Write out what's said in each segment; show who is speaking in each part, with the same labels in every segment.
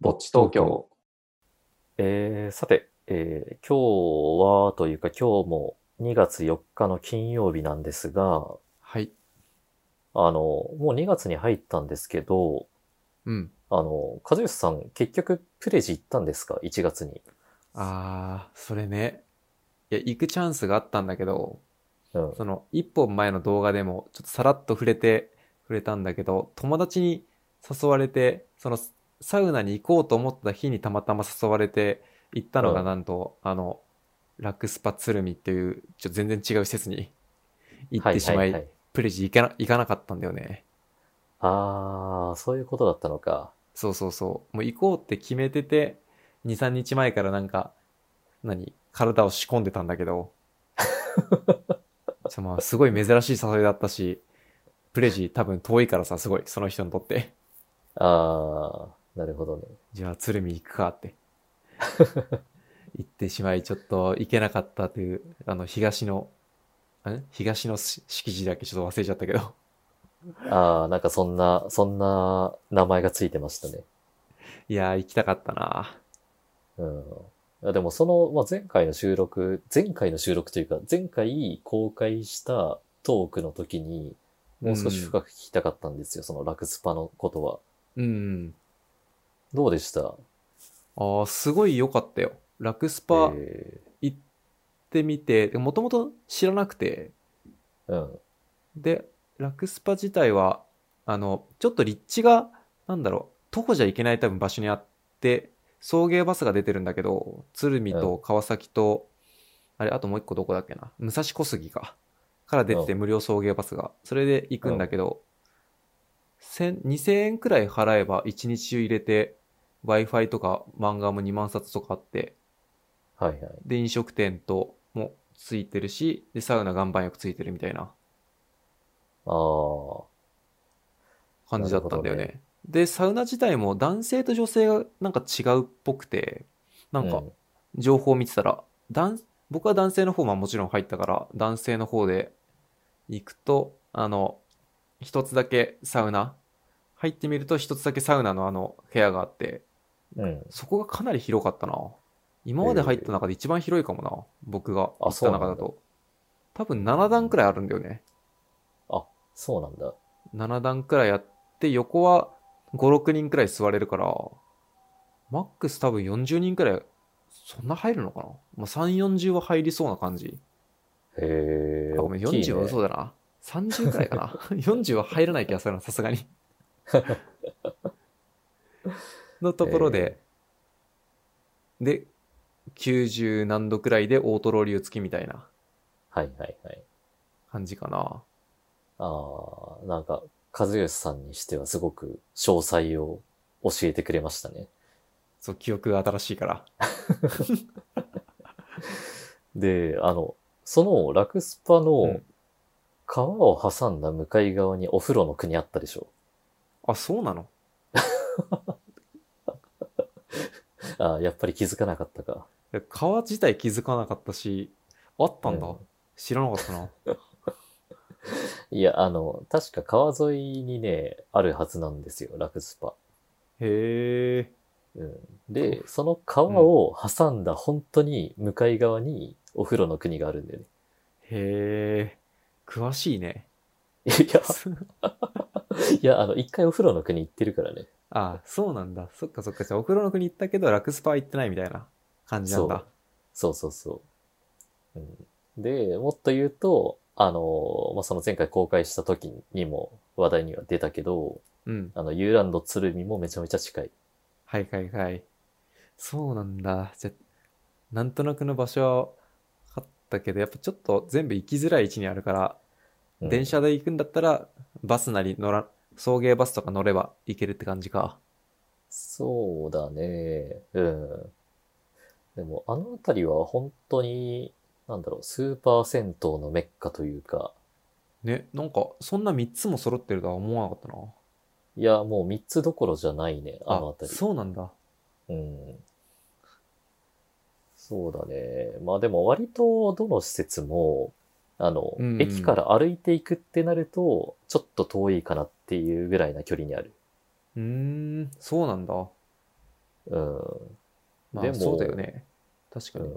Speaker 1: ぼっち東京。
Speaker 2: えー、さて、えー今日はというか今日も2月4日の金曜日なんですが、
Speaker 1: はい。
Speaker 2: あの、もう2月に入ったんですけど、
Speaker 1: うん。
Speaker 2: あの、和義さん結局プレジ行ったんですか ?1 月に。
Speaker 1: あー、それね。いや、行くチャンスがあったんだけど、
Speaker 2: うん。
Speaker 1: その、一本前の動画でも、ちょっとさらっと触れて、触れたんだけど、友達に誘われて、その、サウナに行こうと思った日にたまたま誘われて、行ったの
Speaker 2: う
Speaker 1: が
Speaker 2: ん
Speaker 1: なんと、あの、ラクスパ鶴見っていう、ちょっと全然違う施設に行ってしまい、
Speaker 2: はい。
Speaker 1: プレジ行かな行かなかったんだよね。
Speaker 2: あー、そういうことだったのか。
Speaker 1: そうそうそう。もう行こうって決めてて、2、3日前からなんか、何体を仕込んでたんだけど。 そうまあ、すごい珍しい誘いだったし、プレジ多分遠いからさ、すごい、その人にとって。
Speaker 2: あー、なるほどね。
Speaker 1: じゃあ、鶴見行くか って。行ってしまい、ちょっと行けなかったという、あの、東の、ん東のし敷地だけちょっと忘れちゃったけど。
Speaker 2: あー、なんかそんな、そんな名前がついてましたね。
Speaker 1: いやー、行きたかったな
Speaker 2: うんあ。でもその、まあ、前回の収録、前回の収録というか、前回公開したトークの時に、もう少し深く聞きたかったんですよ、そのラクスパのことは。
Speaker 1: うん。
Speaker 2: どうでした
Speaker 1: ああ、すごい良かったよ。ラクスパ、
Speaker 2: え
Speaker 1: 行ってみて、もともと知らなくて、
Speaker 2: ーうん。
Speaker 1: で、ラクスパ自体は、あの、ちょっと立地が、なんだろう、徒歩じゃ行けない多分場所にあって、送迎バスが出てるんだけど、鶴見と川崎と、あれ、あともう一個どこだっけな、武蔵小杉か、から出てて
Speaker 2: う
Speaker 1: 無料送迎バスが、それで行くんだけど、千2000円くらい払えば1日中入れて、Wi-Fi とか漫画も2万冊とかあって、
Speaker 2: はいはい。
Speaker 1: で、飲食店ともついてるし、で、サウナ岩盤浴ついてるみたいな
Speaker 2: ああ、
Speaker 1: 感じだったんだよね。
Speaker 2: なる
Speaker 1: で、サウナ自体も男性と女性がなんか違うっぽくて、なんか
Speaker 2: うん
Speaker 1: 情報を見てたら、男僕は男性の方ももちろん入ったから、男性の方で行くと、あの、一つだけサウナ、入ってみると一つだけサウナのあの部屋があって、
Speaker 2: うん。
Speaker 1: そこがかなり広かったな。今まで入った中で一番広いかもな。僕が行った中
Speaker 2: あそうな
Speaker 1: だ
Speaker 2: んだ
Speaker 1: と。多分7段くらいあるんだよね。
Speaker 2: そうなんだ。
Speaker 1: 7段くらいあって、横は5、6人くらい座れるから、マックス多分40人くらい、そんな入るのかなまあ、3、40は入りそうな感じ。
Speaker 2: へえ。
Speaker 1: あごめん、
Speaker 2: 大きいね
Speaker 1: 40は嘘だな。30くらいかな。40は入ら ない気がするな、さすがに。のところで、で、90何度くらいでオートロ流付きみたいな
Speaker 2: はいはいはい。
Speaker 1: 感じかな。
Speaker 2: ああ、なんか、和義さんにしてはすごく詳細を教えてくれましたね。
Speaker 1: そう、記憶が新しいから。
Speaker 2: で、あの、そのラクスパ
Speaker 1: う
Speaker 2: の
Speaker 1: ん
Speaker 2: 川を挟んだ向かい側にお風呂の国あったでしょ。
Speaker 1: あ、そうなの
Speaker 2: あーやっぱり気づかなかったか。
Speaker 1: いや川自体気づかなかったし、あったんだ。
Speaker 2: うん
Speaker 1: 知らなかったな。
Speaker 2: いや、あの、確か川沿いにね、あるはずなんですよ、ラクスパ。
Speaker 1: へえ。
Speaker 2: うん、で、その川を挟んだ本当に向かい側にお風呂の国があるんだよね。
Speaker 1: へえ。詳しいね。
Speaker 2: いや、いや、あの、一回お風呂の国行ってるからね。
Speaker 1: あそうなんだ。そっかそっか。じゃあ、お風呂の国行ったけど、ラクスパは行ってないみたいな感じなんだ。
Speaker 2: そうそうそう。うん、で、もっと言うと、あの、まあ、その前回公開した時にも話題には出たけど、
Speaker 1: うん。
Speaker 2: あの、遊覧ド鶴見もめちゃめちゃ近い。
Speaker 1: はいはいはい。そうなんだ。じゃ、なんとなくの場所は分かったけど、やっぱちょっと全部行きづらい位置にあるから、
Speaker 2: うん
Speaker 1: 電車で行くんだったら、バスなり乗ら、送迎バスとか乗れば行けるって感じか。
Speaker 2: そうだね。うん。でも、あの辺りは本当に、なんだろう、スーパー銭湯のメッカというか、
Speaker 1: ね、なんか、そんな3つも揃ってるとは思わなかったな。
Speaker 2: いや、もう3つどころじゃないね、あの辺り。
Speaker 1: そうなんだ。
Speaker 2: うん。そうだね。まあでも割とどの施設も、あの、
Speaker 1: うんうん
Speaker 2: 駅から歩いていくってなると、ちょっと遠いかなっていうぐらいな距離にある。
Speaker 1: うーん、そうなんだ。
Speaker 2: うん。
Speaker 1: ま
Speaker 2: で
Speaker 1: あ、
Speaker 2: も
Speaker 1: そうだよね。確か
Speaker 2: う
Speaker 1: に。
Speaker 2: ん。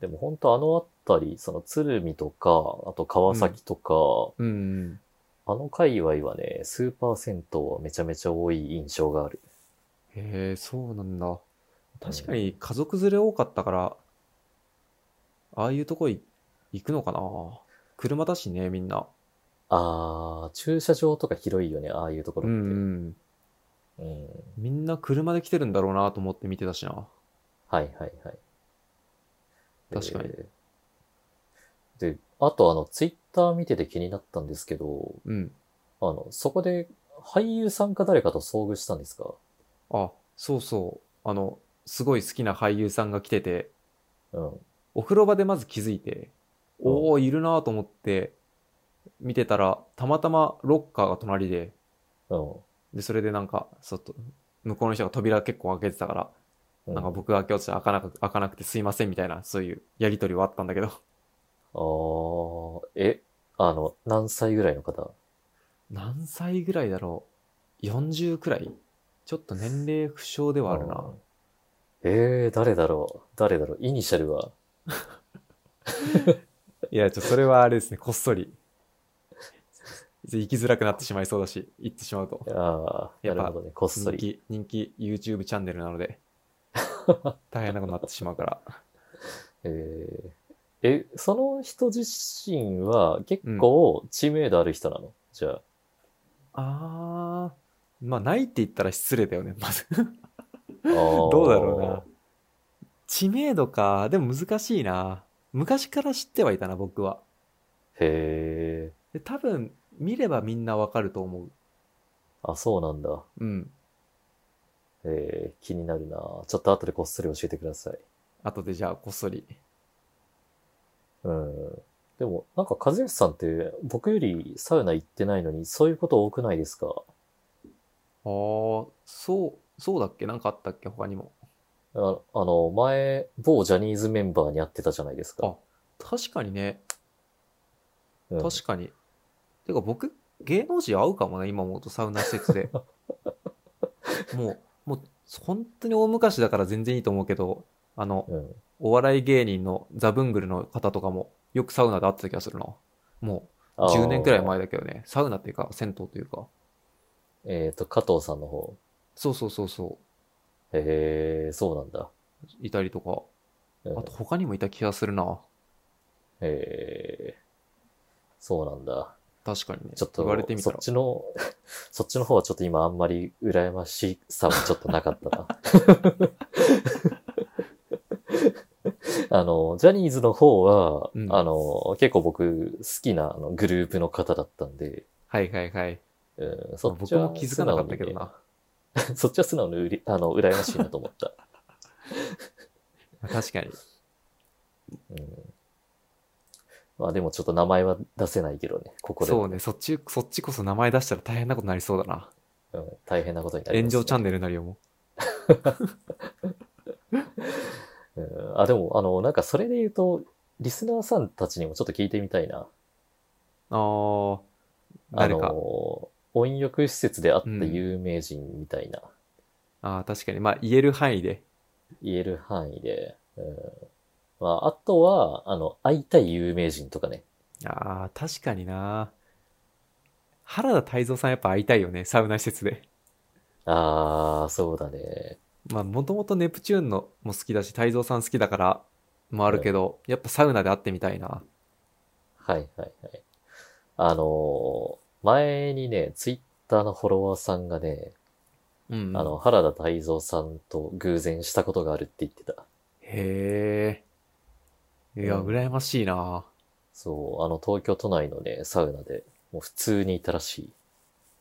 Speaker 2: でも本当あのあたり、その鶴見とか、あと川崎とか、
Speaker 1: うんうん。
Speaker 2: あの界隈はね、スーパー銭湯はめちゃめちゃ多い印象がある。
Speaker 1: へえ、そうなんだ。確かに家族連れ多かったから、ああいうとこい行くのかな。車だしね、みんな。
Speaker 2: あー、駐車場とか広いよね、ああいうところ
Speaker 1: う
Speaker 2: っ
Speaker 1: ん
Speaker 2: て。
Speaker 1: うん。
Speaker 2: うん
Speaker 1: みんな車で来てるんだろうなと思って見てたしな。
Speaker 2: はいはいはい。
Speaker 1: 確かに
Speaker 2: で。で、あとあの、ツイッター見てて気になったんですけど、
Speaker 1: うん。
Speaker 2: あの、そこで俳優さんか誰かと遭遇したんですか
Speaker 1: あ、そうそう。あの、すごい好きな俳優さんが来てて、
Speaker 2: うん。
Speaker 1: お風呂場でまず気づいて、
Speaker 2: うん
Speaker 1: おお、いるなと思って、見てたら、たまたまロッカーが隣で、
Speaker 2: うん。
Speaker 1: で、それでなんか、ちょっと、向こうの人が扉結構開けてたから、
Speaker 2: うん
Speaker 1: なんか僕が開けようとしたら開かなく開かなくてすいませんみたいな、そういうやりとりはあったんだけど、
Speaker 2: あー、え、あの、何歳ぐらいの方
Speaker 1: 何歳ぐらいだろう ?40 くらいちょっと年齢不詳ではあるな。。
Speaker 2: えー、誰だろう誰だろうイニシャルは。
Speaker 1: いや、ちょ、それはあれですね、こっそり。 生きづらくなってしまいそうだし、言ってしまうと。
Speaker 2: あー、
Speaker 1: や
Speaker 2: な
Speaker 1: っぱ
Speaker 2: るほどね。こっそ
Speaker 1: 人
Speaker 2: り。
Speaker 1: 気、人気 YouTube チャンネルなの で、大変なことになってしまうから。
Speaker 2: えーえ、その人自身は結構知名度ある人なの、じゃあ。
Speaker 1: あー、まあ、ないって言ったら失礼だよね、まず。ど
Speaker 2: ど
Speaker 1: うだろうな。知名度か、でも難しいな。昔から知ってはいたな、僕は。
Speaker 2: へ
Speaker 1: で
Speaker 2: え。
Speaker 1: 多分、見ればみんなわかると思う。
Speaker 2: あ、そうなんだ。
Speaker 1: うん。
Speaker 2: えー、気になるな。ちょっと後でこっそり教えてください。
Speaker 1: 後でじゃあ、こっそり。
Speaker 2: うん。でも、なんか、和義さんって、僕よりサウナ行ってないのに、そういうこと多くないですか
Speaker 1: あー、そう、そうだっけなんかあったっけ他にも。
Speaker 2: ああの、前、某ジャニーズメンバーに会ってたじゃないですか。
Speaker 1: あ確かにね、
Speaker 2: うん
Speaker 1: 確かに。てか僕、芸能人会うかもね、今思うとサウナ施設 で。もう、もう、本当に大昔だから全然いいと思うけど、あの、
Speaker 2: うん。
Speaker 1: お笑い芸人のザブングルの方とかも、よくサウナで会ってた気がするな。もう、10年くらい前
Speaker 2: あー。
Speaker 1: だけどね、サウナっていうか、銭湯というか。
Speaker 2: えっ、と、加藤さんの方。
Speaker 1: そうそうそうそ
Speaker 2: へえ、そうなんだ。
Speaker 1: う、いたりとか、
Speaker 2: うん
Speaker 1: あと他にもいた気がするな。
Speaker 2: へえ、そうなんだ。
Speaker 1: 確かにね。
Speaker 2: ちょっと、
Speaker 1: 言われてみた
Speaker 2: そっ
Speaker 1: ら。
Speaker 2: ちの、 そっちの方はちょっと今あんまり羨ましさはちょ っとなかったな。あの、ジャニーズの方は、
Speaker 1: うん
Speaker 2: あの、結構僕好きなあのグループの方だったんで、
Speaker 1: はいはいはい。
Speaker 2: うん、そっち
Speaker 1: 僕
Speaker 2: は
Speaker 1: も気づかなかったけどな。
Speaker 2: 素直にね。 そっちは素直にうりあの羨ましいなと思った。
Speaker 1: 確かに。
Speaker 2: うん、まあでもちょっと名前は出せないけどね、ここで。
Speaker 1: そうね、そっち、そっちこそ名前出したら大変なことになりそうだな。
Speaker 2: うん、大変なことになり
Speaker 1: 炎
Speaker 2: ますね、
Speaker 1: 上チャンネルになるよ、も
Speaker 2: うんあ、でも、あの、なんかそれで言うと、リスナーさんたちにもちょっと聞いてみたいな。
Speaker 1: う。あー、
Speaker 2: あ
Speaker 1: 誰
Speaker 2: の
Speaker 1: か。、
Speaker 2: 温浴施設であった有名人みたいな、
Speaker 1: ああ、確かに。まあ、言える範囲で。
Speaker 2: 言える範囲で、うん。まあ、あとは、あの、会いたい有名人とかね。
Speaker 1: ああ、確かにな。原田泰造さんやっぱ会いたいよね、サウナ施設で。
Speaker 2: あー、そうだね。
Speaker 1: まあ、もともとネプチューンのも好きだし、泰造さん好きだからもあるけど、やっぱサウナで会ってみたいな。
Speaker 2: はいはいはい。あの、前にね、ツイッターのフォロワーさんがね、
Speaker 1: うん。
Speaker 2: あの、、原田泰造さんと偶然したことがあるって言ってた。
Speaker 1: へえ。いや、
Speaker 2: うん
Speaker 1: 羨ましいな。
Speaker 2: そう、あの、東京都内のね、サウナで、もう普通にいたらしい。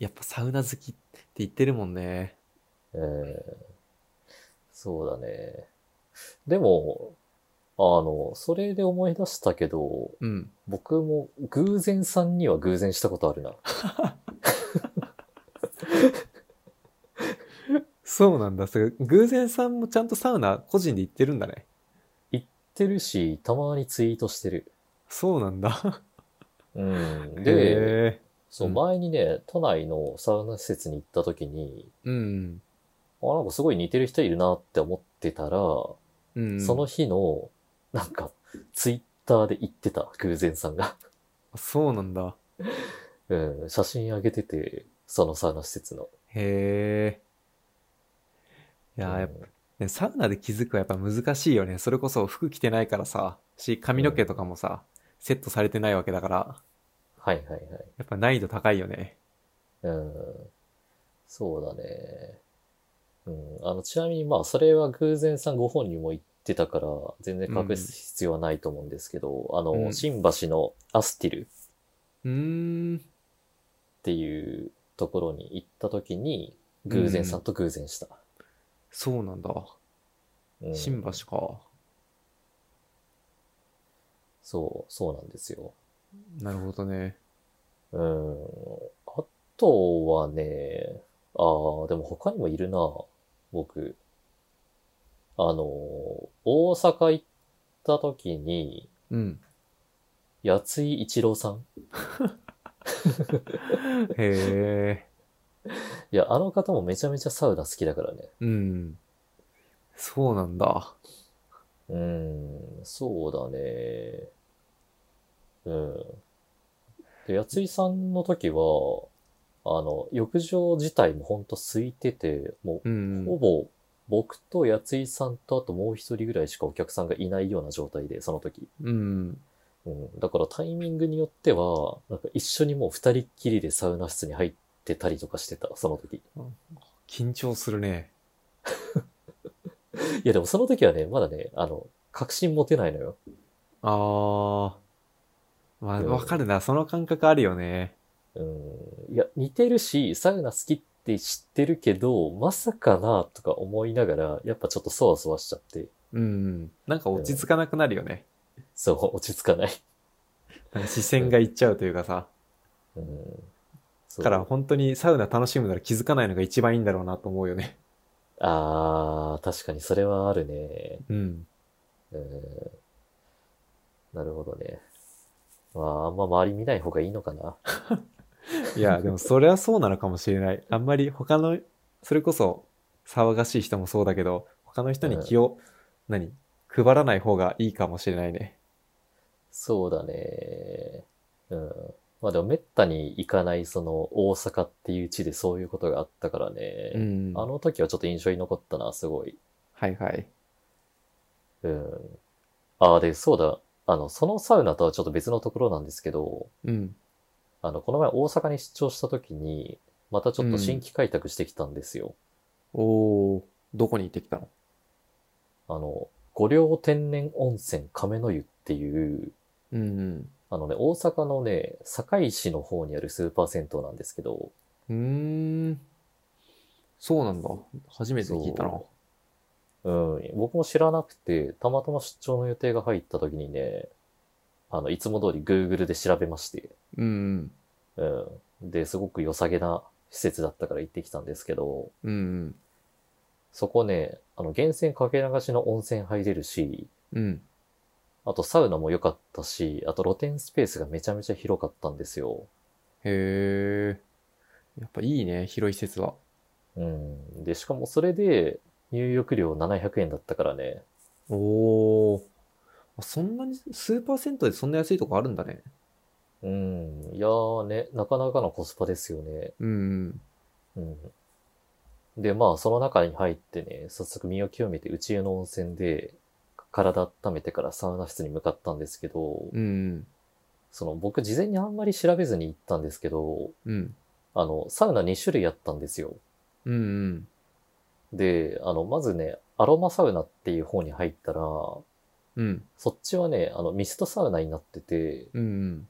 Speaker 1: やっぱサウナ好きって言ってるもんね。
Speaker 2: えーそうだね。でも、あの、それで思い出したけど、
Speaker 1: うん。
Speaker 2: 僕も偶然さんには偶然したことあるな。
Speaker 1: そうなんだ。それ偶然さんもちゃんとサウナ個人で行ってるんだね。
Speaker 2: 言ってるし、たまにツイートしてる。
Speaker 1: そうなんだ。
Speaker 2: うん。で、
Speaker 1: へえ
Speaker 2: そう、
Speaker 1: うん
Speaker 2: 前にね、都内のサウナ施設に行った時に、
Speaker 1: うん。
Speaker 2: ああ、なんかすごい似てる人いるなって思ってたら、
Speaker 1: うん。
Speaker 2: その日の、なんか、ツイッターで言ってた、偶然さんが。
Speaker 1: そうなんだ。
Speaker 2: うん、写真上げてて、そのサウナ施設の。
Speaker 1: へえ。いやー、やっぱ
Speaker 2: うん
Speaker 1: ね、サウナで気づくはやっぱ難しいよね。それこそ服着てないからさ、し、髪の毛とかもさ、セットされてないわけだから、
Speaker 2: はいはいはい。
Speaker 1: やっぱ難易度高いよね。
Speaker 2: うん。そうだね。うん。あの、ちなみに、まあ、それは偶然さんご本人も言ってたから、全然隠す必要はないと思うんですけど、あの、
Speaker 1: うん
Speaker 2: 新橋のアスティルっ
Speaker 1: うーん。
Speaker 2: ていうところに行った時に、偶然さんと偶然した。
Speaker 1: そうなんだ。
Speaker 2: うん
Speaker 1: 新橋か。
Speaker 2: そう、そうなんですよ。
Speaker 1: なるほどね。
Speaker 2: うん。あとはね、ああ、でも他にもいるな、僕。あの、大阪行った時に、
Speaker 1: うん。
Speaker 2: 八津井一郎さん
Speaker 1: へえ。
Speaker 2: いや、あの方もめちゃめちゃサウナ好きだからね。
Speaker 1: うん。そうなんだ。
Speaker 2: うん、そうだね。うん。で、八井さんの時は、あの、浴場自体もほんと空いてて、も
Speaker 1: う
Speaker 2: う、
Speaker 1: ん。
Speaker 2: ほぼ、僕と八井さんとあともう一人ぐらいしかお客さんがいないような状態で、その時。
Speaker 1: うん。
Speaker 2: うん。だからタイミングによっては、なんか一緒にもう二人っきりでサウナ室に入ってたりとかしてた、その時。
Speaker 1: 緊張するね。
Speaker 2: いや、でもその時はね、まだね、あの、確信持てないのよ。
Speaker 1: あー。まあ、
Speaker 2: うん
Speaker 1: わかるな。その感覚あるよね。
Speaker 2: うんいや、似てるし、サウナ好きって知ってるけど、まさかなとか思いながら、やっぱちょっとそわそわしちゃって、
Speaker 1: うん。なんか落ち着かなくなるよね。
Speaker 2: そう、落ち着かない。
Speaker 1: なんか視線がいっちゃうというかさ。
Speaker 2: うん。
Speaker 1: だ
Speaker 2: そう
Speaker 1: から本当にサウナ楽しむなら気づかないのが一番いいんだろうなと思うよね。
Speaker 2: あー、確かにそれはあるね。
Speaker 1: うん。
Speaker 2: うん。なるほどね。まあ、あんま周り見ない方がいいのかな。
Speaker 1: いや、でもそれはそうなのかもしれない。あんまり他の、それこそ騒がしい人もそうだけど、他の人に気を、何配らない方がいいかもしれないね。
Speaker 2: そうだね。うん。まあでも、めったに行かない、その、大阪っていう地でそういうことがあったからね。
Speaker 1: うん。
Speaker 2: あの時はちょっと印象に残ったな、すごい。
Speaker 1: はいはい。
Speaker 2: うん。ああ、で、そうだ。あの、そのサウナとはちょっと別のところなんですけど、
Speaker 1: うん。
Speaker 2: あの、この前大阪に出張した時に、またちょっと新規開拓してきたんですよ。
Speaker 1: おー、どこに行ってきたの
Speaker 2: あの、五稜天然温泉亀の湯っていう、
Speaker 1: うん
Speaker 2: あのね、大阪のね、堺市の方にあるスーパー銭湯なんですけど、
Speaker 1: うん。うーん。そうなんだ。初めて聞いたな。
Speaker 2: そうん、僕も知らなくて、たまたま出張の予定が入った時にね、あの、いつも通り Google で調べまして、
Speaker 1: うん。
Speaker 2: うん。で、すごく良さげな施設だったから行ってきたんですけど、
Speaker 1: うんうん。
Speaker 2: そこね、あの、源泉かけ流しの温泉入れるし、
Speaker 1: うん。
Speaker 2: あとサウナも良かったし、あと露天スペースがめちゃめちゃ広かったんですよ。
Speaker 1: へー。やっぱいいね、広い施設は。
Speaker 2: うん。で、しかもそれで入浴料700円だったからね。
Speaker 1: おお。あそんなに、スーパー銭湯でそんな安いとこあるんだね。
Speaker 2: うん。いやーね、なかなかのコスパですよね。
Speaker 1: うん。
Speaker 2: うん。で、まあ、その中に入ってね、早速身を清めて内湯の温泉で、体温めてからサウナ室に向かったんですけど、
Speaker 1: うん。
Speaker 2: その僕事前にあんまり調べずに行ったんですけど、
Speaker 1: うん。
Speaker 2: あの、サウナ2種類あったんですよ。
Speaker 1: うん。うん。
Speaker 2: で、あの、まずね、アロマサウナっていう方に入ったら、そ
Speaker 1: うん。
Speaker 2: っちはね、あの、ミストサウナになってて、
Speaker 1: うん。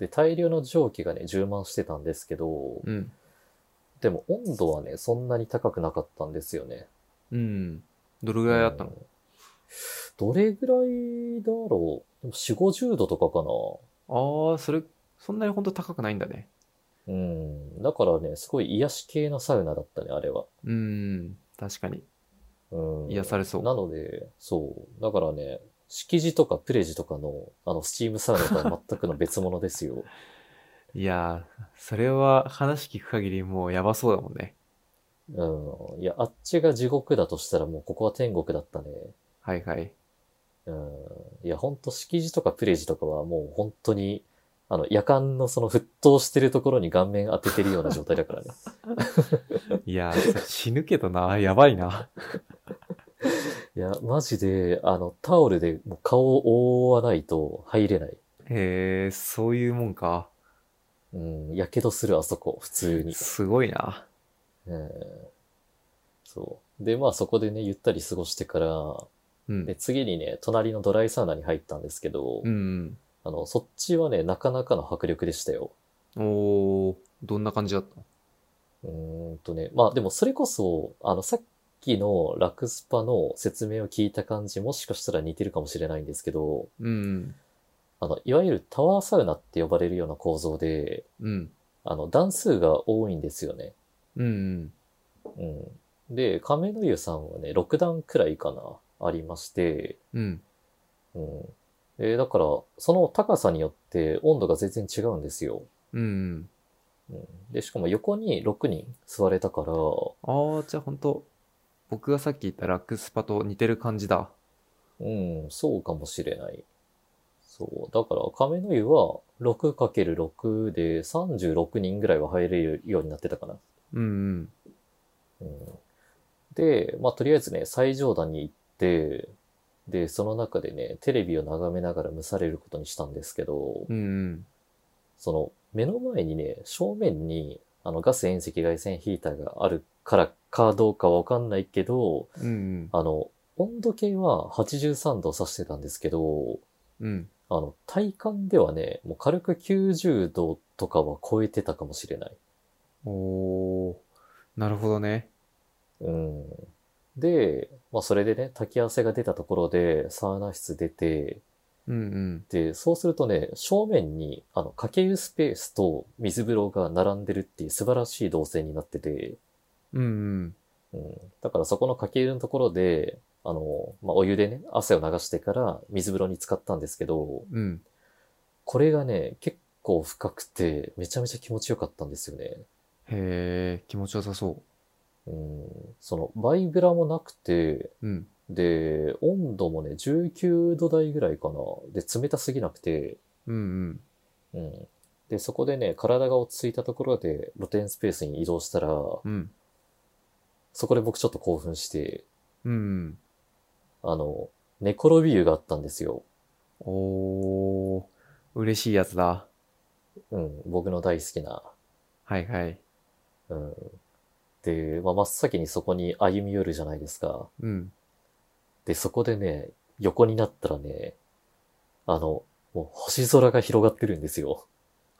Speaker 2: で、大量の蒸気がね、充満してたんですけど、
Speaker 1: うん。
Speaker 2: でも温度はね、そんなに高くなかったんですよね。
Speaker 1: うん。どれぐらいあった
Speaker 2: う
Speaker 1: の
Speaker 2: んどれぐらいだろうでも ?4、50度とかか
Speaker 1: ああ、それ、そんなにほんと高くないんだね。
Speaker 2: な。うん。だからね、すごい癒し系のサウナだったね、あれは。
Speaker 1: うん。確かに。
Speaker 2: うん。
Speaker 1: 癒されそう。
Speaker 2: なので、そう。だからね、敷地とかプレジとかの、あの、スチームサウナとは全くの別物ですよ。
Speaker 1: いやー、それは話聞く限りもうやばそうだもんね。
Speaker 2: うん。いや、あっちが地獄だとしたらもうここは天国だったね。
Speaker 1: はいはい。
Speaker 2: うん。いや、ほんと敷地とかプレジとかはもう本当に、あの、夜間のその沸騰してるところに顔面当ててるような状態だからね。
Speaker 1: いやー、それ死ぬけどな、やばいな。
Speaker 2: いや、マジで、あの、タオルでもう顔を覆わないと入れない。
Speaker 1: へえ、そういうもんか。
Speaker 2: うん、やけどするあそこ、普通に。
Speaker 1: すごいな。
Speaker 2: うん、そう。で、まあそこでね、ゆったり過ごしてから、
Speaker 1: うん。
Speaker 2: で、次にね、隣のドライサウナに入ったんですけど、
Speaker 1: うん
Speaker 2: あの、そっちはね、なかなかの迫力でしたよ。
Speaker 1: うん。おー、どんな感じだった
Speaker 2: うーんとね、まあでもそれこそ、あの、さっきのラクスパの説明を聞いた感じ、もしかしたら似てるかもしれないんですけど、
Speaker 1: うん。
Speaker 2: あの、いわゆるタワーサウナって呼ばれるような構造で、
Speaker 1: うん。
Speaker 2: あの、段数が多いんですよね。
Speaker 1: うん。
Speaker 2: うん。で、亀の湯さんはね、6段くらいかな、ありまして、
Speaker 1: うん。
Speaker 2: うん。で、だから、その高さによって温度が全然違うんですよ。
Speaker 1: うん。
Speaker 2: うん。で、しかも横に6人座れたか
Speaker 1: あ
Speaker 2: ら、
Speaker 1: ー、じゃあほんと、僕がさっき言ったラックスパと似てる感じだ。
Speaker 2: うん、そうかもしれない。そう。だから、亀の湯は 6×6 で36人ぐらいは入れるようになってたかな。
Speaker 1: うん
Speaker 2: うん。で、まあ、とりあえずね、最上段に行って、で、その中でね、テレビを眺めながら蒸されることにしたんですけど、
Speaker 1: うん。うん
Speaker 2: その、目の前にね、正面に、あの、ガス遠赤外線ヒーターがあるからかどうかはわかんないけど、
Speaker 1: うん。うん
Speaker 2: あの、温度計は83度を指してたんですけど、
Speaker 1: うん。うん。
Speaker 2: あの、体感ではね、もう軽く90度とかは超えてたかもしれない。
Speaker 1: おー、なるほどね。
Speaker 2: うん。で、まあそれでね、炊き汗が出たところで、サウナ室出て、
Speaker 1: うん
Speaker 2: で、そうするとね、正面に、あの、かけ湯スペースと水風呂が並んでるっていう素晴らしい動線になってて、
Speaker 1: うん。うん
Speaker 2: うん。だからそこのかけ湯のところで、あの、まあお湯でね、汗を流してから水風呂に使ったんですけど、
Speaker 1: うん。うん。
Speaker 2: これがね、結構深くて、めちゃめちゃ気持ちよかったんですよね。
Speaker 1: へえ、気持ちよさそ
Speaker 2: うん、そのバイブラもなくて、
Speaker 1: う。うん。
Speaker 2: で、温度もね、19度台ぐらいかな。で、冷たすぎなくて、
Speaker 1: うんうん。
Speaker 2: うん。で、そこでね、体が落ち着いたところで露天スペースに移動したら、
Speaker 1: うん。
Speaker 2: そこで僕ちょっと興奮して、
Speaker 1: うんうん。
Speaker 2: あの、寝転び湯があったんですよ。
Speaker 1: おー、嬉しいやつだ。
Speaker 2: うん、僕の大好きな。
Speaker 1: はいはい。
Speaker 2: うん。で、まあ、真っ先にそこに歩み寄るじゃないですか。
Speaker 1: うん。
Speaker 2: で、そこでね、横になったらね、あの、もう星空が広がってるんですよ。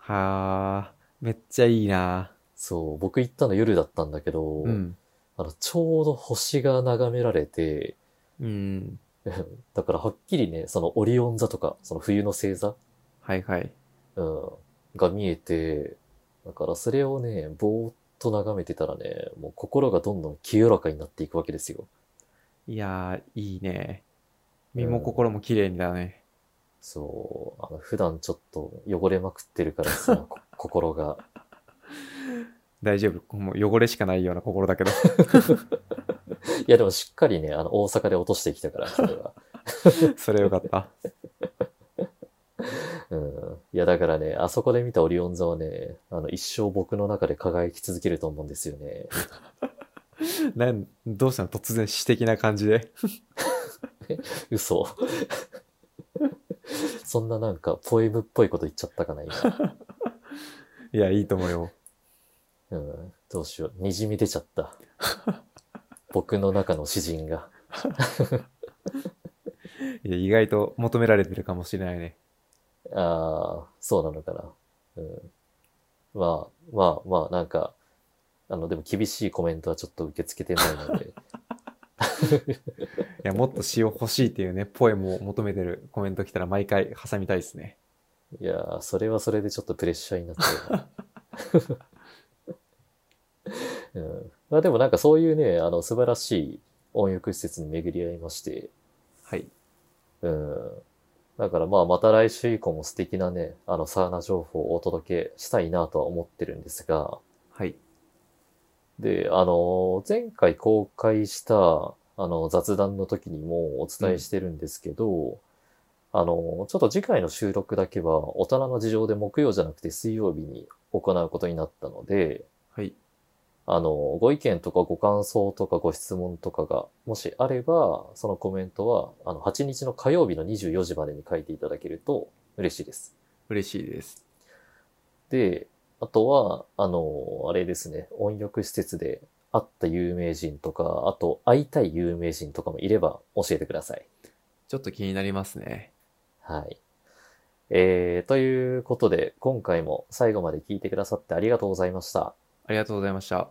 Speaker 1: はー、めっちゃいいな。
Speaker 2: そう、僕行ったの夜だったんだけど、
Speaker 1: うん。
Speaker 2: あの、ちょうど星が眺められて、
Speaker 1: うん。
Speaker 2: だからはっきりね、そのオリオン座とか、その冬の星座、
Speaker 1: はいはい。
Speaker 2: うん、が見えて、だからそれをね、ぼーっと眺めてたらね、もう心がどんどん清らかになっていくわけですよ。
Speaker 1: いやー、いいね。身も心も綺麗にだね。
Speaker 2: そう、あの、普段ちょっと汚れまくってるからさ、こ 心が。
Speaker 1: 大丈夫。もう汚れしかないような心だけど。
Speaker 2: いやでもしっかりね、あの、大阪で落としてきたから、それは。
Speaker 1: それよかった。
Speaker 2: うん。いや、だからね、あそこで見たオリオン座はね、あの、一生僕の中で輝き続けると思うんですよね。
Speaker 1: なん、どうしたの突然詩的な感じで。
Speaker 2: 嘘。 そんななんか、ポエムっぽいこと言っちゃったかな、今。
Speaker 1: いや、いいと思うよ。
Speaker 2: うん。どうしよう。にじみ出ちゃった。僕の中の詩人が。
Speaker 1: いや、意外と求められてるかもしれないね。
Speaker 2: ああ、そうなのかな。うん。まあ、まあ、まあ、なんか、あの、でも厳しいコメントはちょっと受け付けてないので。
Speaker 1: いや、もっと詩を欲しいっていうね、ポエムを求めてるコメント来たら毎回挟みたいですね。
Speaker 2: いやー、それはそれでちょっとプレッシャーになっちゃうな。うん、まあでもなんかそういうね、あの素晴らしい温浴施設に巡り合いまして、
Speaker 1: はい。
Speaker 2: うん。だからまあまた来週以降も素敵なね、あのサウナ情報をお届けしたいなとは思ってるんですが、
Speaker 1: はい。
Speaker 2: で、あの、前回公開した、あの、雑談の時にもお伝えしてるんですけど、あの、ちょっと次回の収録だけは、大人の事情で木曜じゃなくて水曜日に行うことになったので、
Speaker 1: はい。
Speaker 2: あの、ご意見とかご感想とかご質問とかが、もしあれば、そのコメントは、あの、8日の火曜日の24時までに書いていただけると嬉しいです。
Speaker 1: 嬉しいです。
Speaker 2: で、あとは、あの、あれですね、温浴施設で会った有名人とか、あと会いたい有名人とかもいれば教えてください。
Speaker 1: ちょっと気になりますね。
Speaker 2: はい。えー、ということで、今回も最後まで聞いてくださってありがとうございました。
Speaker 1: ありがとうございました。